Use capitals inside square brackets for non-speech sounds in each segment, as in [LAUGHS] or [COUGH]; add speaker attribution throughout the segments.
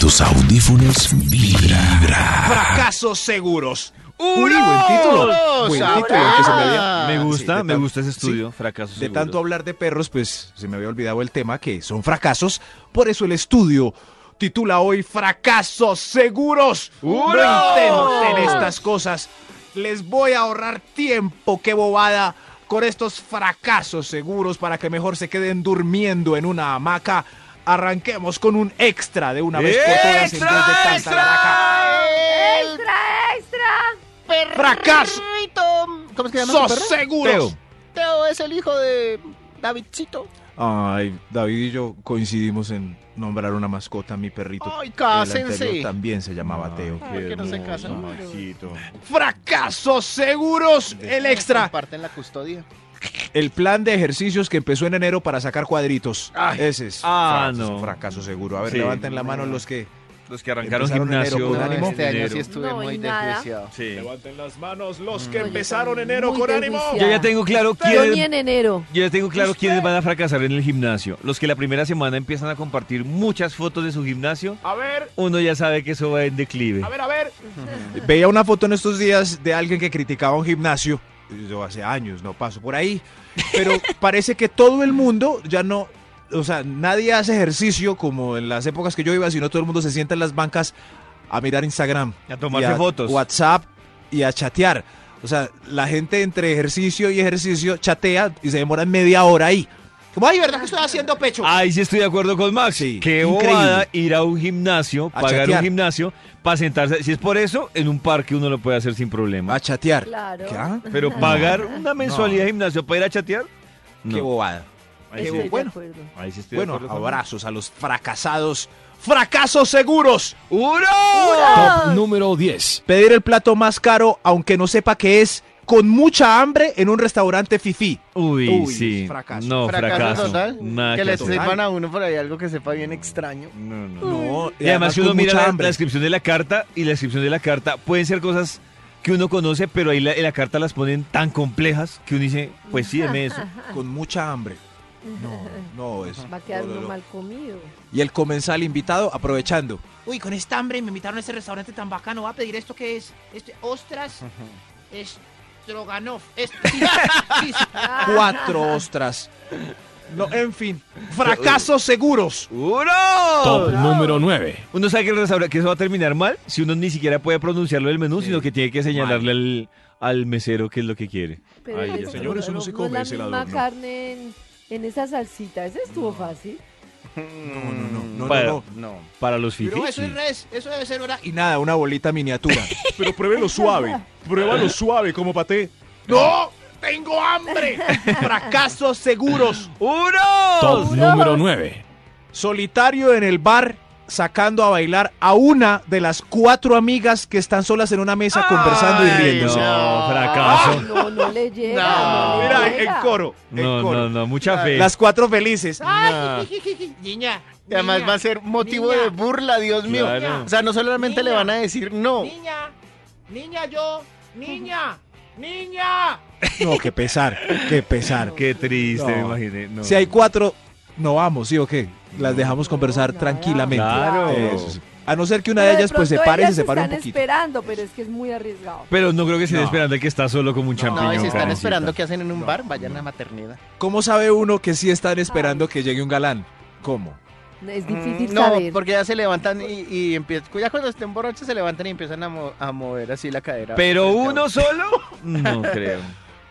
Speaker 1: tus audífonos vibra.
Speaker 2: Fracasos seguros.
Speaker 3: Uy, buen título. Buen
Speaker 4: ¡Sabroso!
Speaker 3: título. que se me había-
Speaker 4: Me gusta,
Speaker 3: Sí, de
Speaker 4: me
Speaker 3: tan-
Speaker 4: gusta ese estudio, fracaso
Speaker 3: De
Speaker 4: seguro.
Speaker 3: tanto hablar de perros, pues se me había olvidado el tema que son fracasos. Por eso el estudio titula hoy Fracasos Seguros. No intenten estas cosas. Les voy a ahorrar tiempo, qué bobada, con estos fracasos seguros para que mejor se queden durmiendo en una hamaca. Arranquemos con un extra de una vez por todas en vez de tanta laraca.
Speaker 5: ¡Extra, extra!
Speaker 3: Fracaso.
Speaker 5: Perrito. ¿Cómo es que se llama?
Speaker 3: ¡Sos
Speaker 5: su perro?
Speaker 3: seguros!
Speaker 5: Teo es el hijo de Davidcito.
Speaker 3: Ay, David y yo coincidimos en nombrar una mascota a mi perrito.
Speaker 5: Ay,
Speaker 3: El anterior
Speaker 5: cásense.
Speaker 3: también se llamaba Teo.
Speaker 5: ¿Por qué no se casan?
Speaker 3: ¡Fracasos seguros! El extra.
Speaker 5: Comparten la custodia.
Speaker 3: El plan de ejercicios que empezó en enero para sacar cuadritos.
Speaker 4: Ay.
Speaker 3: Ese es
Speaker 4: Ah,
Speaker 3: fracaso,
Speaker 4: no.
Speaker 3: fracaso seguro. A ver,
Speaker 4: Sí.
Speaker 3: levanten la mano los que...
Speaker 4: Los que arrancaron
Speaker 3: Empezaron enero
Speaker 4: gimnasio.
Speaker 3: con
Speaker 4: en
Speaker 3: ánimo.
Speaker 5: este año
Speaker 4: enero.
Speaker 5: sí estuve
Speaker 6: No,
Speaker 5: muy
Speaker 6: y nada.
Speaker 5: desjuiciado.
Speaker 4: Sí.
Speaker 3: Levanten las manos los que
Speaker 6: No, yo
Speaker 3: empezaron
Speaker 6: también,
Speaker 3: enero
Speaker 6: muy
Speaker 3: con ánimo.
Speaker 6: desjuiciada.
Speaker 4: Yo ya tengo claro
Speaker 6: Yo ni
Speaker 4: quiénes,
Speaker 6: en enero.
Speaker 4: yo ya tengo claro quiénes van a fracasar en el gimnasio. Los que la primera semana empiezan a compartir muchas fotos de su gimnasio,
Speaker 3: A ver,
Speaker 4: uno ya sabe que eso va en declive.
Speaker 3: a ver, a ver. Veía una foto en estos días de alguien que criticaba un gimnasio. Yo hace años no paso por ahí. Pero parece que todo el mundo ya no. O sea, nadie hace ejercicio como en las épocas que yo iba, sino todo el mundo se sienta en las bancas a mirar Instagram.
Speaker 4: A tomarse
Speaker 3: y a
Speaker 4: fotos.
Speaker 3: WhatsApp y a chatear. O sea, la gente entre ejercicio y ejercicio chatea y se demora media hora ahí. Como, ay, ¿verdad que estoy haciendo pecho?
Speaker 4: Ahí sí estoy de acuerdo con Max.
Speaker 3: Sí,
Speaker 4: Qué
Speaker 3: increíble.
Speaker 4: bobada ir a un gimnasio,
Speaker 3: A
Speaker 4: pagar
Speaker 3: chatear.
Speaker 4: un gimnasio, para sentarse. Si es por eso, en un parque uno lo puede hacer sin problema.
Speaker 3: A chatear.
Speaker 6: Claro.
Speaker 3: ¿Qué? ah?
Speaker 4: [LAUGHS] Pero pagar una mensualidad de gimnasio para ir a chatear,
Speaker 3: Qué
Speaker 4: no.
Speaker 3: bobada.
Speaker 4: Ahí
Speaker 6: Estoy
Speaker 4: sí.
Speaker 6: de
Speaker 3: bueno.
Speaker 6: acuerdo.
Speaker 4: Ahí sí estoy de
Speaker 3: Bueno,
Speaker 4: acuerdo con Max.
Speaker 3: abrazos a los fracasados. ¡Fracasos seguros!
Speaker 1: Top número 10.
Speaker 3: Pedir el plato más caro, aunque no sepa qué es, con mucha hambre en un restaurante fifí.
Speaker 4: Uy,
Speaker 3: Uy,
Speaker 4: sí.
Speaker 3: fracaso.
Speaker 4: No,
Speaker 5: Fracaso,
Speaker 4: fracaso.
Speaker 5: total.
Speaker 4: Nada
Speaker 5: que le
Speaker 4: hacer.
Speaker 3: sirva.
Speaker 5: sepan a uno por ahí algo que sepa bien extraño.
Speaker 4: No, no, no.
Speaker 3: No,
Speaker 4: Y además que
Speaker 3: con
Speaker 4: uno mira
Speaker 3: mucha
Speaker 4: la,
Speaker 3: hambre.
Speaker 4: la descripción de la carta y la descripción de la carta pueden ser cosas que uno conoce, pero ahí la- en la carta las ponen tan complejas que uno dice, pues sí, deme
Speaker 3: [LAUGHS]
Speaker 4: eso.
Speaker 3: Con mucha hambre. No,
Speaker 4: [LAUGHS]
Speaker 3: no es.
Speaker 6: Va a quedar
Speaker 3: no, no,
Speaker 6: uno
Speaker 3: no.
Speaker 6: mal comido.
Speaker 3: Y el comensal invitado aprovechando.
Speaker 7: Uy, con esta hambre me invitaron a este restaurante tan bacano. Voy a pedir esto que es. Este, ostras. Estroganov. Es, sí, sí,
Speaker 4: [LAUGHS]
Speaker 7: sí.
Speaker 4: Ah.
Speaker 3: Cuatro ostras. No, en
Speaker 4: [LAUGHS]
Speaker 3: fin. Fracasos seguros.
Speaker 1: Top
Speaker 4: ¡Uno!
Speaker 1: número 9.
Speaker 4: Uno sabe que el restaurante que eso va a terminar mal si uno ni siquiera puede pronunciarlo del menú, sino que tiene que señalarle al, al mesero qué es lo que quiere.
Speaker 6: Pero
Speaker 4: Ay,
Speaker 6: el
Speaker 4: ya
Speaker 6: otro
Speaker 3: señor, eso no se come,
Speaker 6: es
Speaker 3: ese
Speaker 6: la misma
Speaker 3: ladrón, ¿no?
Speaker 6: carne en, en esa salsita. Ese estuvo fácil.
Speaker 3: No, no, no. no, no,
Speaker 4: Para-
Speaker 3: no.
Speaker 5: No.
Speaker 4: Para los fifís.
Speaker 7: No, eso
Speaker 4: sí.
Speaker 7: es res. Eso debe ser hora.
Speaker 3: Y nada, una bolita miniatura.
Speaker 2: Pero pruébelo suave. Pruébalo suave como paté.
Speaker 3: ¡No! ¡Tengo hambre! Fracasos seguros.
Speaker 1: Top número 9.
Speaker 3: solitario en el bar sacando a bailar a una de las cuatro amigas que están solas en una mesa conversando y
Speaker 4: Ay,
Speaker 3: riéndose. Ah,
Speaker 4: No, fracaso.
Speaker 6: No, no le llega.
Speaker 5: No.
Speaker 6: No, le
Speaker 3: Mira, en
Speaker 6: llega.
Speaker 3: coro, en
Speaker 4: No,
Speaker 3: coro.
Speaker 4: no, no, mucha fe.
Speaker 3: Las cuatro felices.
Speaker 7: Ay, jijijiji, niña.
Speaker 5: Y además
Speaker 7: niña,
Speaker 5: va a ser motivo
Speaker 7: niña,
Speaker 5: de burla, Dios mío.
Speaker 4: Claro.
Speaker 5: O sea, no solamente le
Speaker 7: Niña.
Speaker 5: van a decir no.
Speaker 7: Niña. Niña, yo. Niña. Niña.
Speaker 3: No, qué pesar, qué pesar.
Speaker 4: Qué triste,
Speaker 3: No.
Speaker 4: me imaginé. No.
Speaker 3: Si hay cuatro, no vamos, ¿sí o qué? Las dejamos
Speaker 6: No,
Speaker 3: conversar
Speaker 6: nada.
Speaker 3: tranquilamente.
Speaker 4: Claro.
Speaker 3: Eso sí. A no ser que una
Speaker 6: Pero
Speaker 3: de ellas pues se
Speaker 6: pronto
Speaker 3: pare y se
Speaker 6: ellas
Speaker 3: separe un
Speaker 6: están
Speaker 3: poquito.
Speaker 6: esperando, pero es que es muy arriesgado.
Speaker 4: Pero no creo que estén
Speaker 3: No.
Speaker 4: esperando el que está solo como un
Speaker 5: No,
Speaker 4: champiñón.
Speaker 5: y si están
Speaker 4: Karencita.
Speaker 5: esperando que hacen en un bar, vayan a maternidad.
Speaker 3: ¿Cómo sabe uno que sí están esperando que llegue un galán? ¿Cómo?
Speaker 6: Es difícil
Speaker 5: Mm, no,
Speaker 6: saber.
Speaker 5: porque ya se levantan y, y empiezan. Ya cuando estén borrachos se levantan y empiezan a, mo- a mover así la cadera.
Speaker 4: Pero
Speaker 5: frente a
Speaker 4: uno solo, [LAUGHS] no creo.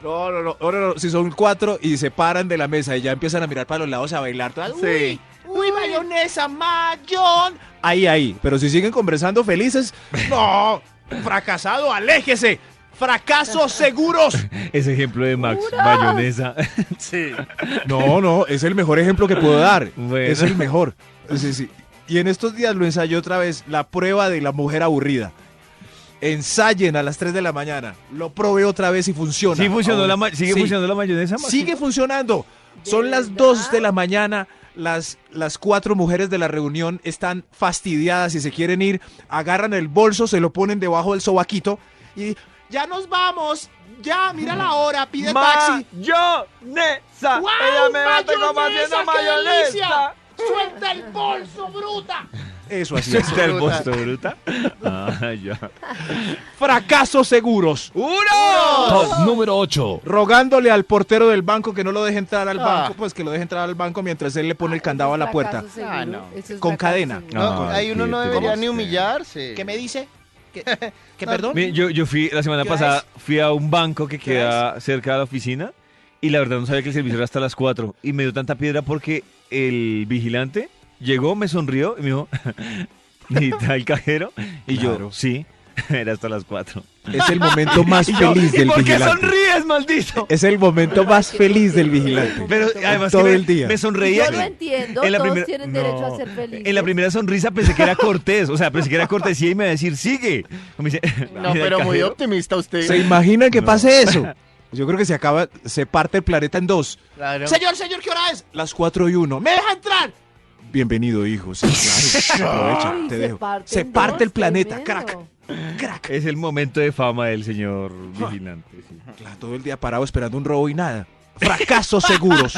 Speaker 3: No, no, no, no, no, no, Si son cuatro y se paran de la mesa y ya empiezan a mirar para los lados a bailar. todas,
Speaker 5: Sí.
Speaker 6: Mm.
Speaker 7: Uy, mayonesa, mayón.
Speaker 3: ahí, ahí. Pero si siguen conversando felices, no, fracasado, aléjese. Fracasos seguros.
Speaker 4: Ese ejemplo de Max, [LAUGHS] mayonesa.
Speaker 3: No, no, es el mejor ejemplo que puedo dar.
Speaker 4: Bueno.
Speaker 3: Es el mejor. Sí, sí. Y en estos días lo ensayó otra vez, la prueba de la mujer aburrida. Ensayen a las 3 de la mañana. Lo probé otra vez y funciona.
Speaker 4: ¿Sí funcionó
Speaker 3: Ahora,
Speaker 4: la ma- ¿Sigue
Speaker 3: sí.
Speaker 4: funcionando la mayonesa, Max?
Speaker 3: Sigue funcionando. Son las
Speaker 6: verdad?
Speaker 3: 2 de la mañana. Las, las cuatro mujeres de la reunión están fastidiadas y se quieren ir. Agarran el bolso, se lo ponen debajo del sobaquito y
Speaker 7: Ya nos vamos. Ya, mira la hora. Pide taxi.
Speaker 4: ¡Mayonesa!
Speaker 7: ¡Guau,
Speaker 4: ¡Ella me mata
Speaker 7: mayonesa,
Speaker 4: comiendo
Speaker 7: qué
Speaker 4: mayonesa!
Speaker 7: delicia! ¡Suelta el bolso, bruta!
Speaker 3: Eso así es.
Speaker 4: [LAUGHS] Está el bosto, bruta. [LAUGHS] Ah, ya.
Speaker 3: Fracasos seguros.
Speaker 1: Top número 8.
Speaker 3: Rogándole al portero del banco que no lo deje entrar al
Speaker 5: Ah.
Speaker 3: banco, pues que lo deje entrar al banco mientras él le pone el candado a la puerta.
Speaker 5: Ah, no.
Speaker 3: Con cadena.
Speaker 5: No,
Speaker 4: Ay,
Speaker 5: ahí uno
Speaker 4: qué
Speaker 5: no debería
Speaker 4: triste.
Speaker 5: ni humillarse.
Speaker 7: ¿Qué me dice? ¿Qué, qué perdón?
Speaker 4: Mire, yo, yo fui la semana
Speaker 7: ¿Qué
Speaker 4: pasada, fui a un banco que
Speaker 7: ¿Qué
Speaker 4: queda cerca de la oficina y la verdad no sabía que el servicio era hasta las 4 y me dio tanta piedra porque el vigilante llegó, me sonrió y me dijo, [LAUGHS] ¿necesita el cajero? Y
Speaker 3: Claro.
Speaker 4: yo, sí, [LAUGHS] era hasta las 4.
Speaker 3: Es el [LAUGHS] momento más feliz del vigilante.
Speaker 4: sonríes,
Speaker 3: [LAUGHS]
Speaker 4: maldito? [LAUGHS]
Speaker 3: Es el momento más feliz del vigilante.
Speaker 4: Pero además que
Speaker 3: Todo
Speaker 4: me,
Speaker 3: el día.
Speaker 4: me
Speaker 6: Yo
Speaker 4: sonreía.
Speaker 6: lo entiendo,
Speaker 4: en la
Speaker 6: todos
Speaker 4: primera-
Speaker 6: tienen derecho a
Speaker 4: No.
Speaker 6: ser felices.
Speaker 4: En la primera sonrisa pensé que era cortés, o sea, pensé que era cortesía y me iba a decir, sigue. Me dice, [LAUGHS] "Mira,
Speaker 5: No, pero muy
Speaker 4: cajero".
Speaker 5: optimista usted.
Speaker 3: ¿Se imagina que pase eso? [LAUGHS] Yo creo que se acaba, se parte el planeta en dos.
Speaker 5: Claro.
Speaker 7: Señor, señor, ¿qué hora es?
Speaker 3: Las cuatro y uno.
Speaker 7: ¡Me deja entrar!
Speaker 3: Bienvenido, hijo. Sí,
Speaker 6: [LAUGHS]
Speaker 3: claro. Aprovecha,
Speaker 6: Ay,
Speaker 3: te
Speaker 6: se
Speaker 3: dejo.
Speaker 6: parte
Speaker 3: Se
Speaker 6: en
Speaker 3: parte
Speaker 6: dos,
Speaker 3: el planeta,
Speaker 6: tremendo.
Speaker 3: crack. Crack.
Speaker 4: Es el momento de fama
Speaker 3: [LAUGHS]
Speaker 4: del señor vigilante. sí.
Speaker 3: Claro, todo el día parado esperando un robo y nada. Fracasos
Speaker 4: [LAUGHS]
Speaker 3: seguros.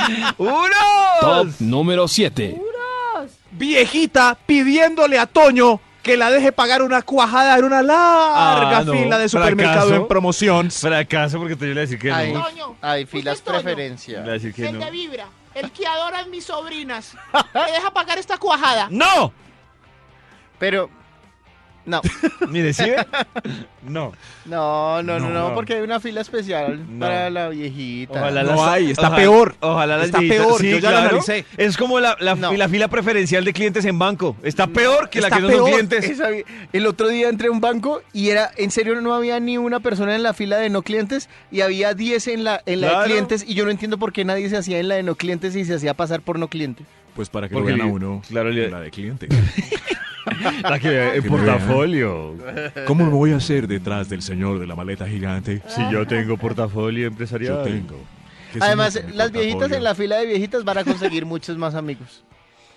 Speaker 1: Top número 7.
Speaker 3: Viejita pidiéndole a Toño que la deje pagar una cuajada en una larga
Speaker 4: Ah, no.
Speaker 3: fila de supermercado
Speaker 4: Fracaso.
Speaker 3: en promoción.
Speaker 4: Fracaso porque te voy a decir que
Speaker 5: Ay,
Speaker 4: no.
Speaker 7: Toño,
Speaker 5: Hay filas
Speaker 7: usted es Toño.
Speaker 4: Le
Speaker 5: preferencia.
Speaker 4: voy a decir que
Speaker 7: El
Speaker 4: no.
Speaker 7: de vibra, el que adora a mis sobrinas. [LAUGHS] Me deja pagar esta cuajada.
Speaker 4: ¡No!
Speaker 5: Pero. No,
Speaker 4: Mire, ¿sí
Speaker 3: [LAUGHS]
Speaker 4: ve? No.
Speaker 5: no, no, no,
Speaker 4: No,
Speaker 5: no,
Speaker 4: no.
Speaker 5: porque hay una fila especial
Speaker 4: No.
Speaker 5: para la viejita.
Speaker 4: Ojalá
Speaker 3: No
Speaker 4: las-
Speaker 3: hay, está
Speaker 4: ojalá-
Speaker 3: peor.
Speaker 4: Ojalá las
Speaker 3: Está
Speaker 4: viejitas-
Speaker 3: peor,
Speaker 4: sí,
Speaker 3: yo ya lo
Speaker 4: claro.
Speaker 3: analicé.
Speaker 4: Es como la, la-
Speaker 5: No.
Speaker 4: la fila preferencial de clientes en banco. Está peor que la
Speaker 3: está
Speaker 4: que no son
Speaker 3: peor.
Speaker 4: clientes.
Speaker 5: Esa vi- el otro día entré a un banco y era, en serio, no había ni una persona en la fila de no clientes y había 10 en la, en la
Speaker 4: Claro.
Speaker 5: de clientes y yo no entiendo por qué nadie se hacía en la de no clientes y se hacía pasar por no clientes.
Speaker 3: Pues para que
Speaker 4: Porque
Speaker 3: lo vean a
Speaker 4: le-
Speaker 3: uno.
Speaker 4: claro, le-
Speaker 3: en la de cliente.
Speaker 4: La que
Speaker 3: [LAUGHS]
Speaker 4: en
Speaker 3: Que no vean.
Speaker 4: portafolio.
Speaker 3: ¿Cómo me voy a hacer detrás del señor de la maleta gigante?
Speaker 4: Si yo tengo portafolio empresarial.
Speaker 3: Yo tengo. ¿Qué
Speaker 5: Además,
Speaker 3: se me hace
Speaker 5: las
Speaker 3: mi
Speaker 5: viejitas
Speaker 3: portafolio?
Speaker 5: en la fila de viejitas van a conseguir [LAUGHS] muchos más amigos.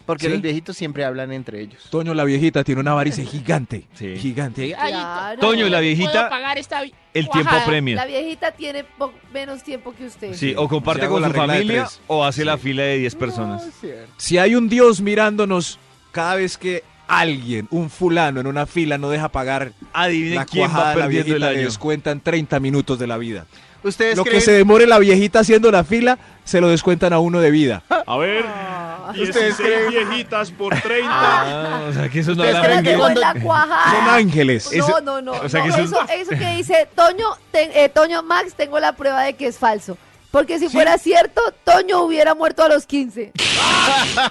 Speaker 5: Porque
Speaker 3: ¿Sí?
Speaker 5: los viejitos siempre hablan entre ellos.
Speaker 3: Toño, la viejita, tiene una varice gigante.
Speaker 4: Sí.
Speaker 3: Gigante.
Speaker 7: Ay,
Speaker 6: Claro.
Speaker 4: Toño, la viejita,
Speaker 7: Puedo pagar esta vi-
Speaker 4: el
Speaker 7: cuajada.
Speaker 4: tiempo premia.
Speaker 6: La viejita tiene po- menos tiempo que usted.
Speaker 4: Sí, o
Speaker 3: Si
Speaker 4: comparte
Speaker 3: hago
Speaker 4: con
Speaker 3: la
Speaker 4: su
Speaker 3: regla de
Speaker 4: familia
Speaker 3: tres.
Speaker 4: o hace la
Speaker 3: Sí.
Speaker 4: fila de 10 personas.
Speaker 5: No, es cierto.
Speaker 3: Si hay un Dios mirándonos cada vez que alguien, un fulano en una fila, no deja pagar
Speaker 4: Adivinen
Speaker 3: la
Speaker 4: quién va
Speaker 3: cuajada de la
Speaker 4: perdiendo el
Speaker 3: viejita, le
Speaker 4: año.
Speaker 3: descuentan 30 minutos de la vida.
Speaker 5: ¿Ustedes
Speaker 3: Lo que
Speaker 5: creen-
Speaker 3: se demore la viejita haciendo la fila, se lo descuentan a uno de vida.
Speaker 2: A ver,
Speaker 6: Ah.
Speaker 2: 16 viejitas por 30.
Speaker 4: Ah, o sea que eso no
Speaker 5: ¿Ustedes
Speaker 4: la
Speaker 5: creen
Speaker 6: Pero
Speaker 5: que
Speaker 6: que
Speaker 4: vengan.
Speaker 5: cuando-
Speaker 6: con la
Speaker 3: Son
Speaker 6: cuajada.
Speaker 3: ángeles.
Speaker 6: no,
Speaker 4: Eso-
Speaker 6: no, no.
Speaker 4: o sea
Speaker 6: no,
Speaker 4: que eso es-
Speaker 6: eso, eso que dice Toño, te- eh, Toño Max, tengo la prueba de que es falso. Porque si fuera cierto, Toño hubiera muerto a los 15.
Speaker 3: [LAUGHS]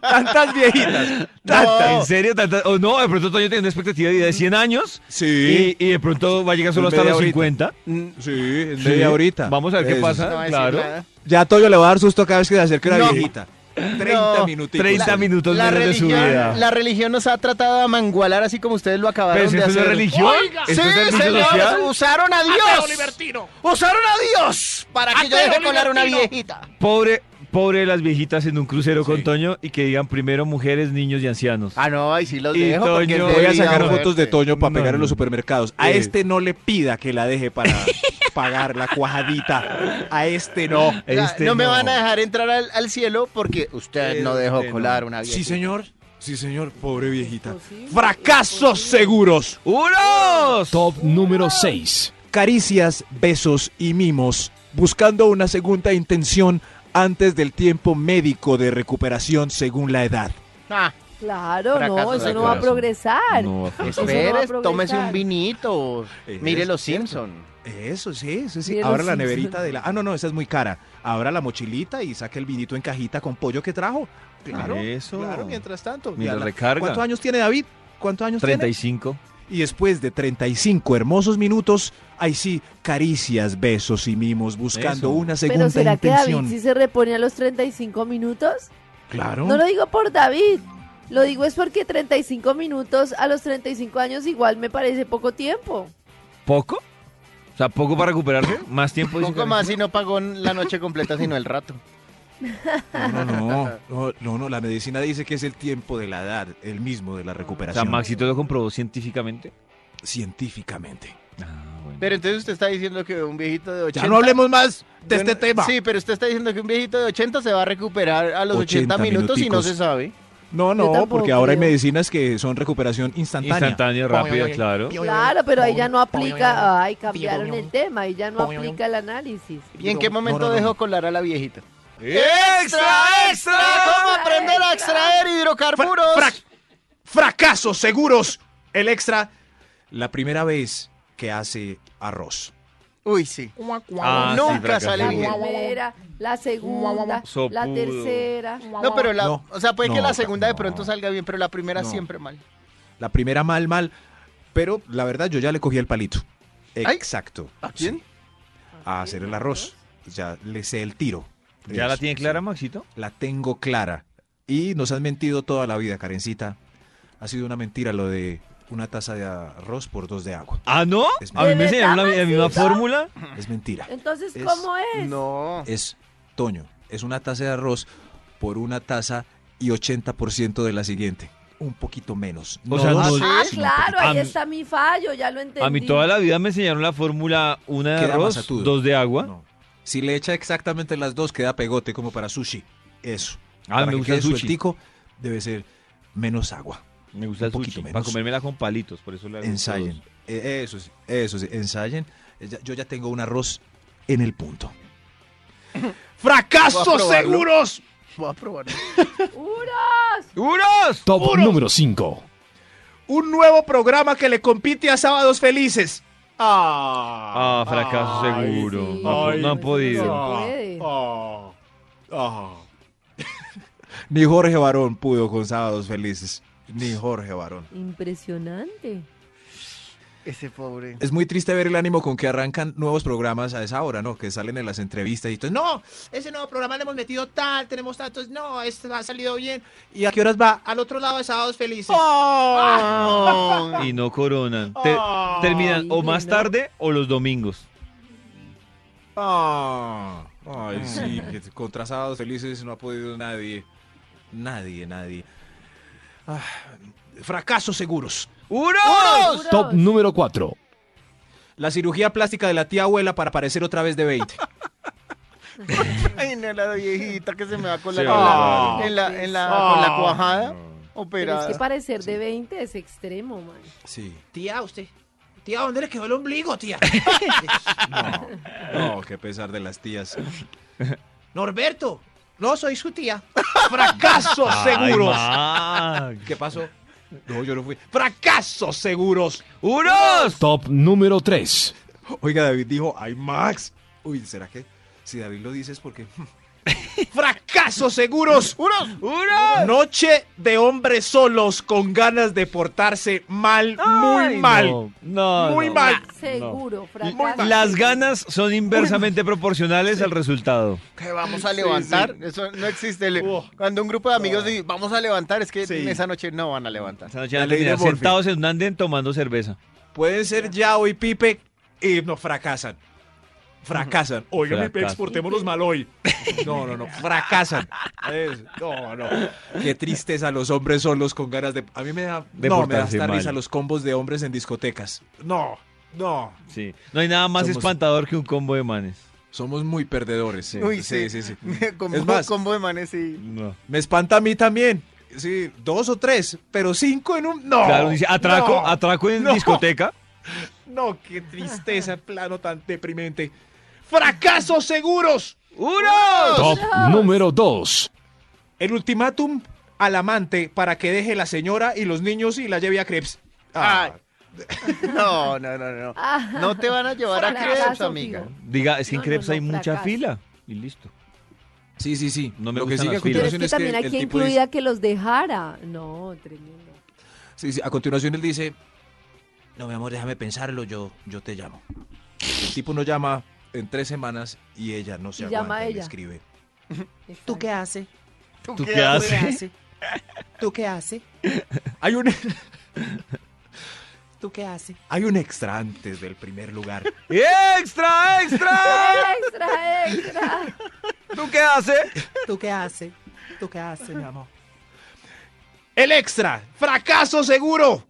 Speaker 3: Tantas [LAUGHS] viejitas.
Speaker 4: Tanta, ¿En serio? Tanta, o no, de pronto Toño tiene una expectativa de vida de 100 años
Speaker 3: Mm. Sí.
Speaker 4: y, y de pronto va a llegar solo
Speaker 3: En
Speaker 4: hasta
Speaker 3: media
Speaker 4: los
Speaker 3: horita. Mm.
Speaker 4: 50.
Speaker 3: Sí, en
Speaker 4: Sí.
Speaker 3: media horita.
Speaker 4: Vamos a ver qué
Speaker 3: Eso.
Speaker 4: pasa.
Speaker 5: No va a decir
Speaker 4: claro.
Speaker 5: nada.
Speaker 3: Ya a Toño le va a dar susto cada vez que se acerque la
Speaker 5: No.
Speaker 3: viejita. 30 minutitos.
Speaker 4: 30
Speaker 3: La-
Speaker 4: minutos
Speaker 5: La
Speaker 4: menos de su vida.
Speaker 5: religión, la religión nos ha tratado de mangualar así como ustedes lo acabaron
Speaker 4: Pero si
Speaker 5: de
Speaker 4: esto es
Speaker 5: hacer.
Speaker 4: una religión,
Speaker 7: Oiga.
Speaker 4: esto es
Speaker 5: Sí,
Speaker 4: servicio
Speaker 5: señores,
Speaker 4: social.
Speaker 5: usaron a
Speaker 7: ¡Ateo
Speaker 5: Dios.
Speaker 7: libertino!
Speaker 5: Usaron a Dios para
Speaker 6: Ah,
Speaker 5: que yo
Speaker 7: Ateo
Speaker 5: deje colar a una
Speaker 7: libertino.
Speaker 5: viejita.
Speaker 4: Pobre, pobre las viejitas en un crucero
Speaker 3: Sí.
Speaker 4: con Toño y que digan primero mujeres, niños y ancianos.
Speaker 5: Ah, no, ahí sí los
Speaker 4: Y
Speaker 5: dejo porque
Speaker 4: Toño-
Speaker 5: es de
Speaker 3: Voy a
Speaker 5: vida,
Speaker 3: sacar
Speaker 5: muerte.
Speaker 3: fotos de Toño para
Speaker 4: No,
Speaker 3: pegar en
Speaker 4: no.
Speaker 3: los supermercados. A
Speaker 4: Eh.
Speaker 3: este no le pida que la deje para [LAUGHS] pagar la cuajadita. A este no.
Speaker 5: O sea,
Speaker 4: Este
Speaker 5: no, me
Speaker 4: no.
Speaker 5: van a dejar entrar al, al cielo porque usted no
Speaker 4: Este
Speaker 5: dejó
Speaker 4: no.
Speaker 5: colar una viejita.
Speaker 3: Sí, señor. Sí, señor. Pobre viejita.
Speaker 6: Imposible,
Speaker 3: Fracasos
Speaker 6: imposible.
Speaker 3: seguros.
Speaker 4: ¡Unos!
Speaker 1: Top número 6.
Speaker 3: Caricias, besos y mimos. Buscando una segunda intención antes del tiempo médico de recuperación según la edad.
Speaker 5: Ah,
Speaker 6: Claro, no,
Speaker 5: Fracaso
Speaker 6: eso
Speaker 5: de
Speaker 6: no va a
Speaker 5: corazón.
Speaker 6: progresar.
Speaker 4: No,
Speaker 6: Eso no va a
Speaker 5: esperes,
Speaker 6: progresar.
Speaker 5: tómese un vinito.
Speaker 3: Eh,
Speaker 5: Mire
Speaker 3: es
Speaker 5: los
Speaker 3: cierto.
Speaker 5: Simpson.
Speaker 3: Eso, sí, eso sí.
Speaker 6: Mira
Speaker 3: Abra
Speaker 6: los
Speaker 3: la
Speaker 6: Simpson.
Speaker 3: neverita de la. Ah, no, no, esa es muy cara. Abra la mochilita y saque el vinito en cajita con pollo que trajo. Claro.
Speaker 4: Eso.
Speaker 3: Claro, mientras tanto. ya
Speaker 4: Mientras
Speaker 3: la-
Speaker 4: recarga.
Speaker 3: ¿Cuántos años tiene David? ¿Cuántos años
Speaker 4: 35.
Speaker 3: tiene? Y después de 35 hermosos minutos, ahí sí, caricias, besos y mimos, buscando
Speaker 4: Eso.
Speaker 3: una segunda
Speaker 6: Pero ¿será que
Speaker 3: intención.
Speaker 6: David sí se repone a los 35 minutos?
Speaker 3: Claro.
Speaker 6: No lo digo por David, lo digo es porque 35 minutos a los 35 años igual me parece poco tiempo.
Speaker 4: ¿Poco? O sea, ¿poco para
Speaker 5: [COUGHS]
Speaker 4: recuperarse? ¿Más
Speaker 3: Pues,
Speaker 4: tiempo? dice
Speaker 5: Poco
Speaker 4: Karen?
Speaker 5: más y no pagó la noche completa, sino el rato.
Speaker 3: No, no, no, no, no, no, la medicina dice que es el tiempo de la edad, el mismo de la
Speaker 4: O sea,
Speaker 3: recuperación
Speaker 4: Maxito lo comprobó científicamente.
Speaker 3: científicamente.
Speaker 4: Ah, bueno.
Speaker 5: Pero entonces usted está diciendo que un viejito de 80...
Speaker 3: Ya no hablemos más de
Speaker 5: Yo
Speaker 3: este
Speaker 5: no-
Speaker 3: tema.
Speaker 5: Sí, pero usted está diciendo que un viejito de 80 se va a recuperar a los 80,
Speaker 3: 80
Speaker 5: minutos y no
Speaker 3: minuticos.
Speaker 5: se sabe.
Speaker 3: No,
Speaker 6: Yo
Speaker 3: no,
Speaker 6: tampoco
Speaker 3: porque ahora hay
Speaker 6: creo.
Speaker 3: medicinas que son recuperación instantánea.
Speaker 4: Instantánea,
Speaker 7: Oye,
Speaker 4: rápida,
Speaker 7: oye,
Speaker 4: claro.
Speaker 7: oye, oye,
Speaker 6: Claro, pero ahí ya no
Speaker 7: oye, oye, oye.
Speaker 6: aplica. Ay, cambiaron el tema. Ahí ya no
Speaker 7: Oye, oye.
Speaker 6: aplica el análisis.
Speaker 5: ¿Y en qué momento
Speaker 3: no, no.
Speaker 5: dejó colar a la viejita?
Speaker 3: ¡Extra,
Speaker 5: ¿Cómo aprender a extraer hidrocarburos?
Speaker 3: fracasos seguros. El extra, la primera vez que hace arroz.
Speaker 5: Uy, sí.
Speaker 4: Ah, sí,
Speaker 5: Nunca
Speaker 4: fracasó.
Speaker 5: sale
Speaker 6: La
Speaker 5: bien.
Speaker 6: primera, la segunda, la
Speaker 4: Sopudo.
Speaker 6: tercera.
Speaker 5: No, pero la,
Speaker 3: No,
Speaker 5: o sea, puede que
Speaker 3: no,
Speaker 5: la segunda de pronto
Speaker 3: no.
Speaker 5: salga bien, pero la primera
Speaker 3: No.
Speaker 5: siempre mal.
Speaker 3: La primera mal, mal. Pero la verdad, yo ya le cogí el palito.
Speaker 5: Ay.
Speaker 3: Exacto.
Speaker 5: ¿A quién?
Speaker 3: sí, A hacer el arroz. Ya le sé el tiro.
Speaker 4: ¿Ya la
Speaker 3: Eso,
Speaker 4: tiene clara,
Speaker 3: sí.
Speaker 4: Maxito?
Speaker 3: La tengo clara. Y nos han mentido toda la vida, Karencita. Ha sido una mentira lo de una taza de arroz por dos de agua.
Speaker 4: ¿Ah, no?
Speaker 3: Es
Speaker 4: ¿A mí
Speaker 6: mentira.
Speaker 4: me enseñaron la, la misma
Speaker 6: Maxito?
Speaker 4: fórmula?
Speaker 3: Es mentira.
Speaker 6: Entonces,
Speaker 3: Es-
Speaker 6: ¿cómo es?
Speaker 5: No.
Speaker 3: es Toño. Es una taza de arroz por una taza y 80% de la siguiente. Un poquito menos.
Speaker 4: O sea,
Speaker 3: dos,
Speaker 4: no-
Speaker 6: Ah,
Speaker 3: sino un
Speaker 6: claro,
Speaker 4: A
Speaker 6: ahí
Speaker 4: mí-
Speaker 6: está mi fallo, ya lo entendí.
Speaker 4: A mí toda la vida me enseñaron la fórmula una de
Speaker 3: Queda
Speaker 4: arroz,
Speaker 3: masatudo.
Speaker 4: dos de agua.
Speaker 3: poquito- no. Si le echa exactamente las dos, queda pegote como para sushi. Eso.
Speaker 4: Ah,
Speaker 3: para
Speaker 4: me
Speaker 3: que
Speaker 4: gusta el
Speaker 3: quede
Speaker 4: sushi.
Speaker 3: sueltico, debe ser menos agua.
Speaker 4: Me gusta
Speaker 3: Un
Speaker 4: el sushi,
Speaker 3: poquito
Speaker 4: para
Speaker 3: menos.
Speaker 4: comérmela con palitos, por eso la
Speaker 3: Ensayen. Eh, Eso sí, eso sí, ensayen. Eh, ya- Yo ya tengo un arroz en el punto.
Speaker 5: Voy a
Speaker 3: [LAUGHS] ¡Fracasos
Speaker 5: probarlo.
Speaker 3: seguros!
Speaker 5: Voy a probarlo.
Speaker 6: ¡Uros!
Speaker 4: ¡Unos!
Speaker 1: Top número 5.
Speaker 3: Un nuevo programa que le compite a Sábados Felices.
Speaker 4: Ah, fracaso
Speaker 2: Ay,
Speaker 4: seguro.
Speaker 6: sí.
Speaker 4: No,
Speaker 2: Ay,
Speaker 4: no han
Speaker 6: pues,
Speaker 4: podido.
Speaker 6: no.
Speaker 7: Oh,
Speaker 6: puede.
Speaker 2: ah, ah.
Speaker 3: Ni Jorge Barón pudo con Sábados Felices. Ni Jorge Barón.
Speaker 6: Impresionante.
Speaker 3: [LAUGHS]
Speaker 5: Ese pobre.
Speaker 3: Es muy triste ver el ánimo con que arrancan nuevos programas a esa hora, ¿no? Que salen en las entrevistas y todo. No,
Speaker 7: Ese nuevo programa le hemos metido tal, tenemos tantos. No, este ha salido bien.
Speaker 3: ¿y a qué horas va?
Speaker 7: Al otro lado de sábados felices.
Speaker 4: Y no coronan. Te- terminan o más
Speaker 6: no.
Speaker 4: tarde o los domingos.
Speaker 3: Ah, ay, sí, que contra Sábados Felices no ha podido nadie. Nadie, nadie. Ah, fracasos seguros.
Speaker 6: ¡Uros!
Speaker 1: Top número 4.
Speaker 3: La cirugía plástica de la tía abuela para parecer otra vez de 20.
Speaker 5: Ay, no, la viejita que se me va a colar
Speaker 4: Sí,
Speaker 5: en la-
Speaker 6: vale, vale.
Speaker 5: en la, en la,
Speaker 2: Ah.
Speaker 5: con la cuajada.
Speaker 6: Pero es
Speaker 5: Operada.
Speaker 6: que parecer de 20 es extremo, man.
Speaker 3: Sí.
Speaker 7: Tía, usted. Tía, ¿dónde le quedó el ombligo, [LAUGHS] tía?
Speaker 3: No, no, qué pesar de las tías.
Speaker 7: Norberto. No, soy su tía. [LAUGHS]
Speaker 3: ¡Fracasos seguros!
Speaker 4: Ay, Max.
Speaker 3: ¿Qué pasó? No, yo no fui. ¡Fracasos seguros!
Speaker 4: ¡Unos!
Speaker 1: Top número 3.
Speaker 3: Oiga, David dijo, ¡ay, Max! Uy, ¿será que si David lo dices porque... ¡Fracasos seguros! ¡Unos!
Speaker 4: ¡Unos!
Speaker 3: Noche de hombres solos con ganas de portarse mal, muy
Speaker 4: Ay,
Speaker 3: mal.
Speaker 4: no, no,
Speaker 3: Muy
Speaker 4: Ah, no.
Speaker 3: mal.
Speaker 6: Seguro, fracaso.
Speaker 4: Las ganas son inversamente proporcionales al resultado.
Speaker 5: Que vamos a levantar. Eso no existe. Le- Cuando un grupo de amigos dice, vamos a levantar, es que
Speaker 3: Sí.
Speaker 5: esa noche no van a levantar.
Speaker 4: Esa noche
Speaker 3: La
Speaker 4: van a
Speaker 3: ley de
Speaker 4: terminar
Speaker 3: Murphy.
Speaker 4: sentados en un andén tomando cerveza.
Speaker 3: Pueden ser Yao y Pipe y no fracasan. Fracasan.
Speaker 2: Oiga, mi
Speaker 4: Fracaso.
Speaker 2: pex, portémonos mal hoy.
Speaker 3: No, no, no, fracasan. Es- no, no. Qué tristeza los hombres solos con ganas de. A mí me da.
Speaker 4: De
Speaker 3: no, me da
Speaker 4: portarse
Speaker 3: hasta
Speaker 4: mal.
Speaker 3: risa los combos de hombres en discotecas.
Speaker 2: No, no.
Speaker 4: Sí. No hay nada más
Speaker 3: Somos-
Speaker 4: espantador que un combo de manes.
Speaker 3: Somos muy perdedores.
Speaker 5: Uy, sí.
Speaker 3: sí, sí.
Speaker 5: [LAUGHS] combo,
Speaker 3: Es más-
Speaker 5: combo de manes y...
Speaker 4: No.
Speaker 3: Me espanta a mí también. Sí, dos o tres, pero cinco en un. No.
Speaker 4: Claro, uno dice, atraco,
Speaker 3: no,
Speaker 4: atraco en
Speaker 3: no.
Speaker 4: discoteca.
Speaker 3: No, qué tristeza, plano tan deprimente. ¡Fracasos seguros!
Speaker 4: ¡Unos!
Speaker 1: Top número 2.
Speaker 3: El ultimátum al amante para que deje la señora y los niños y la lleve a Krebs. Ah,
Speaker 5: [LAUGHS] No, no, no, no.
Speaker 6: Ah.
Speaker 5: No te van a llevar a
Speaker 6: Fracaso,
Speaker 5: Krebs, amiga.
Speaker 6: fijo.
Speaker 4: Diga, es que en
Speaker 6: No, no,
Speaker 4: Crepes
Speaker 6: no,
Speaker 4: hay mucha
Speaker 6: fracaso.
Speaker 4: fila. Y listo.
Speaker 3: Sí, sí, sí.
Speaker 4: No me
Speaker 3: Lo que
Speaker 4: gustan
Speaker 3: sigue a
Speaker 4: las
Speaker 6: Pero
Speaker 4: filas.
Speaker 6: es
Speaker 3: continuación
Speaker 6: que
Speaker 3: es
Speaker 6: también
Speaker 3: que
Speaker 6: hay
Speaker 3: el
Speaker 6: que
Speaker 3: tipo dice-
Speaker 6: incluir a que los dejara. No, tremendo.
Speaker 3: Sí, sí, a continuación él dice, no, mi amor, déjame pensarlo, yo, yo te llamo. El tipo no llama en tres semanas y ella no se
Speaker 6: Y
Speaker 3: aguanta
Speaker 6: llama a
Speaker 3: y le
Speaker 6: ella.
Speaker 3: escribe.
Speaker 7: ¿Tú qué haces?
Speaker 4: ¿Tú qué
Speaker 7: [LAUGHS]
Speaker 4: haces?
Speaker 7: ¿Tú qué haces?
Speaker 3: Hay un,
Speaker 7: ¿Tú qué haces?
Speaker 3: hay un extra antes del primer lugar.
Speaker 4: [LAUGHS] ¡Extra, extra!
Speaker 6: Extra, extra.
Speaker 4: ¿Tú qué haces?
Speaker 7: ¿Tú qué haces? ¿Tú qué haces, mi amor?
Speaker 3: El extra, fracaso seguro.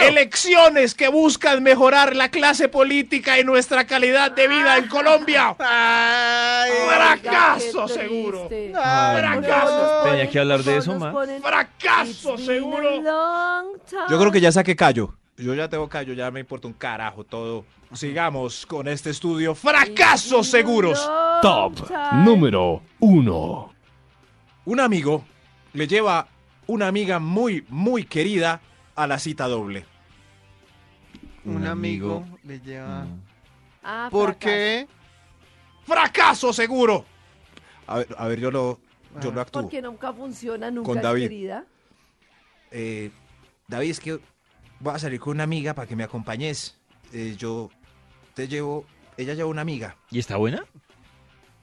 Speaker 3: Elecciones que buscan mejorar la clase política y nuestra calidad de vida en Colombia. Fracaso seguro. Fracaso.
Speaker 4: Tenía que hablar de eso, ma.
Speaker 3: Fracaso seguro. Yo creo que ya saqué callo. Yo ya tengo callo, ya me importa un carajo todo. Sigamos con este estudio. Fracasos seguros.
Speaker 1: Top número 1.
Speaker 3: Un amigo le lleva una amiga muy, muy querida a la cita doble.
Speaker 5: Un amigo le lleva.
Speaker 6: ¿Por
Speaker 5: ¿Por
Speaker 6: qué?
Speaker 5: qué?
Speaker 3: ¡Fracaso seguro! A ver, a ver yo lo, yo lo actúo.
Speaker 6: Porque nunca funciona, nunca
Speaker 3: Con
Speaker 6: es
Speaker 3: David.
Speaker 6: querida.
Speaker 3: Eh, David, es que voy a salir con una amiga para que me acompañes. Eh, yo te llevo, ella lleva una amiga.
Speaker 4: ¿Y está buena?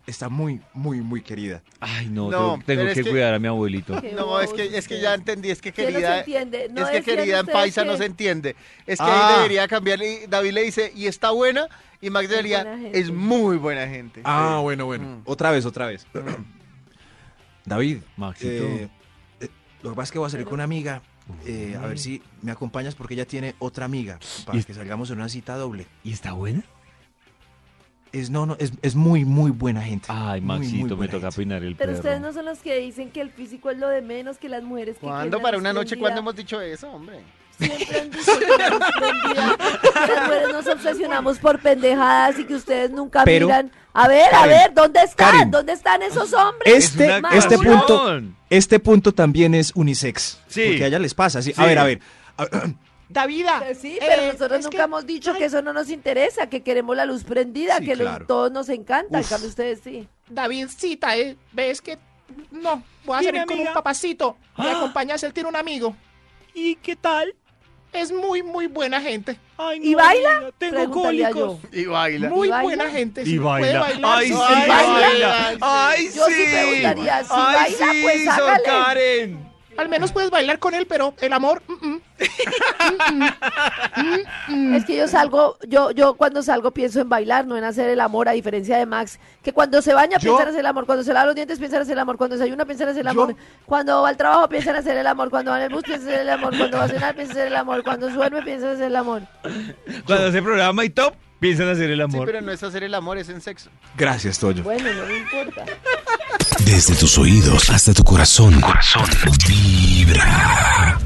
Speaker 3: Está muy, muy, muy querida.
Speaker 4: Ay, no,
Speaker 5: No,
Speaker 4: tengo- tengo,
Speaker 5: pero es
Speaker 4: que,
Speaker 5: que-
Speaker 4: cuidar a mi abuelito.
Speaker 6: Qué
Speaker 5: No, es
Speaker 6: bobos
Speaker 5: que, es que
Speaker 6: ustedes.
Speaker 5: ya entendí, es que
Speaker 6: ¿Quién los
Speaker 5: querida.
Speaker 6: entiende? No
Speaker 5: es que
Speaker 6: decían
Speaker 5: querida en
Speaker 6: ustedes
Speaker 5: paisa no
Speaker 6: que-
Speaker 5: se entiende. Es que
Speaker 3: Ah.
Speaker 5: ahí debería cambiarle. y David le dice, y está buena. Y Max debería,
Speaker 6: buena gente.
Speaker 5: es muy buena gente.
Speaker 3: Ah, bueno, bueno. Otra vez, otra vez.
Speaker 4: Mm.
Speaker 3: [CLEARS THROAT] David,
Speaker 4: Maxito.
Speaker 3: eh, eh, lo que pasa es que voy a salir con una amiga. eh, a ver si me acompañas porque ella tiene otra amiga para
Speaker 4: Y-
Speaker 3: que salgamos en una cita doble.
Speaker 4: ¿Y está buena?
Speaker 3: Es, no, no, es, es muy, muy buena gente.
Speaker 4: Ay,
Speaker 3: Muy, muy
Speaker 4: Maxito, me
Speaker 3: buena
Speaker 4: toca
Speaker 3: gente.
Speaker 4: peinar el
Speaker 6: Pero
Speaker 4: perro.
Speaker 6: ustedes no son los que dicen que el físico es lo de menos, que las mujeres que
Speaker 5: ¿Cuándo
Speaker 6: quieren
Speaker 5: para una
Speaker 6: la
Speaker 5: noche?
Speaker 6: respondida-
Speaker 5: ¿Cuándo hemos dicho eso, hombre?
Speaker 6: Siempre han dicho que la respondida- que las mujeres nos obsesionamos por pendejadas y que ustedes nunca
Speaker 3: Pero-
Speaker 6: miran. A ver, a
Speaker 3: Karen,
Speaker 6: ver, ¿dónde están?
Speaker 3: Karen.
Speaker 6: ¿Dónde están esos hombres?
Speaker 4: Es
Speaker 3: Este-
Speaker 4: una
Speaker 3: este
Speaker 4: canción.
Speaker 3: punto- Este punto también es unisex.
Speaker 4: Sí.
Speaker 3: Porque a ella les pasa. sí.
Speaker 4: Sí.
Speaker 3: A ver, a ver. A-
Speaker 7: Davida.
Speaker 6: Pues Sí,
Speaker 7: eh,
Speaker 6: pero nosotros
Speaker 7: es
Speaker 6: nunca
Speaker 7: que-
Speaker 6: hemos dicho
Speaker 7: ay,
Speaker 6: que eso no nos interesa, que queremos la luz prendida,
Speaker 3: Sí,
Speaker 6: que los-
Speaker 3: claro.
Speaker 6: todos nos encanta, en
Speaker 3: Uf.
Speaker 6: cambio ustedes sí.
Speaker 7: Davidcita, eh, ves que no, voy a
Speaker 4: Dime,
Speaker 7: salir con un
Speaker 4: amiga.
Speaker 7: papacito. Me
Speaker 4: Ah.
Speaker 7: acompañas, él tiene un amigo.
Speaker 4: ¿Y qué tal?
Speaker 7: Es muy, muy buena gente.
Speaker 4: Ay,
Speaker 6: ¿Y baila? Preguntaría yo.
Speaker 5: Y baila.
Speaker 7: Muy
Speaker 6: ¿Y baila?
Speaker 7: buena gente.
Speaker 4: Y
Speaker 7: sí, puede
Speaker 4: baila.
Speaker 7: bailar.
Speaker 4: Ay, sí,
Speaker 7: sí,
Speaker 5: Ay,
Speaker 7: baila.
Speaker 4: baila. Ay, sí.
Speaker 6: Yo sí preguntaría, si
Speaker 4: Ay,
Speaker 6: baila,
Speaker 4: sí,
Speaker 6: pues
Speaker 4: Sor
Speaker 6: hágale.
Speaker 4: Karen.
Speaker 7: Al menos puedes bailar con él, pero el amor. mm, mm.
Speaker 6: Es que yo salgo, yo, yo cuando salgo pienso en bailar, no en hacer el amor, a diferencia de Max, que cuando se baña piensa en hacer el amor, cuando se lava los dientes piensa en hacer el amor, cuando desayuna piensa en hacer el amor, cuando va al trabajo piensa en hacer el amor, cuando va en el bus piensa en hacer el amor, cuando va a cenar piensa en hacer el amor, cuando duerme piensa en hacer el amor.
Speaker 4: Cuando hace programa y top, piensan hacer el
Speaker 5: Sí,
Speaker 4: amor.
Speaker 5: pero no es hacer el amor, es en sexo.
Speaker 3: Gracias, Toño.
Speaker 6: Bueno, no me importa.
Speaker 8: Desde tus oídos hasta tu corazón. Corazón. Vibra.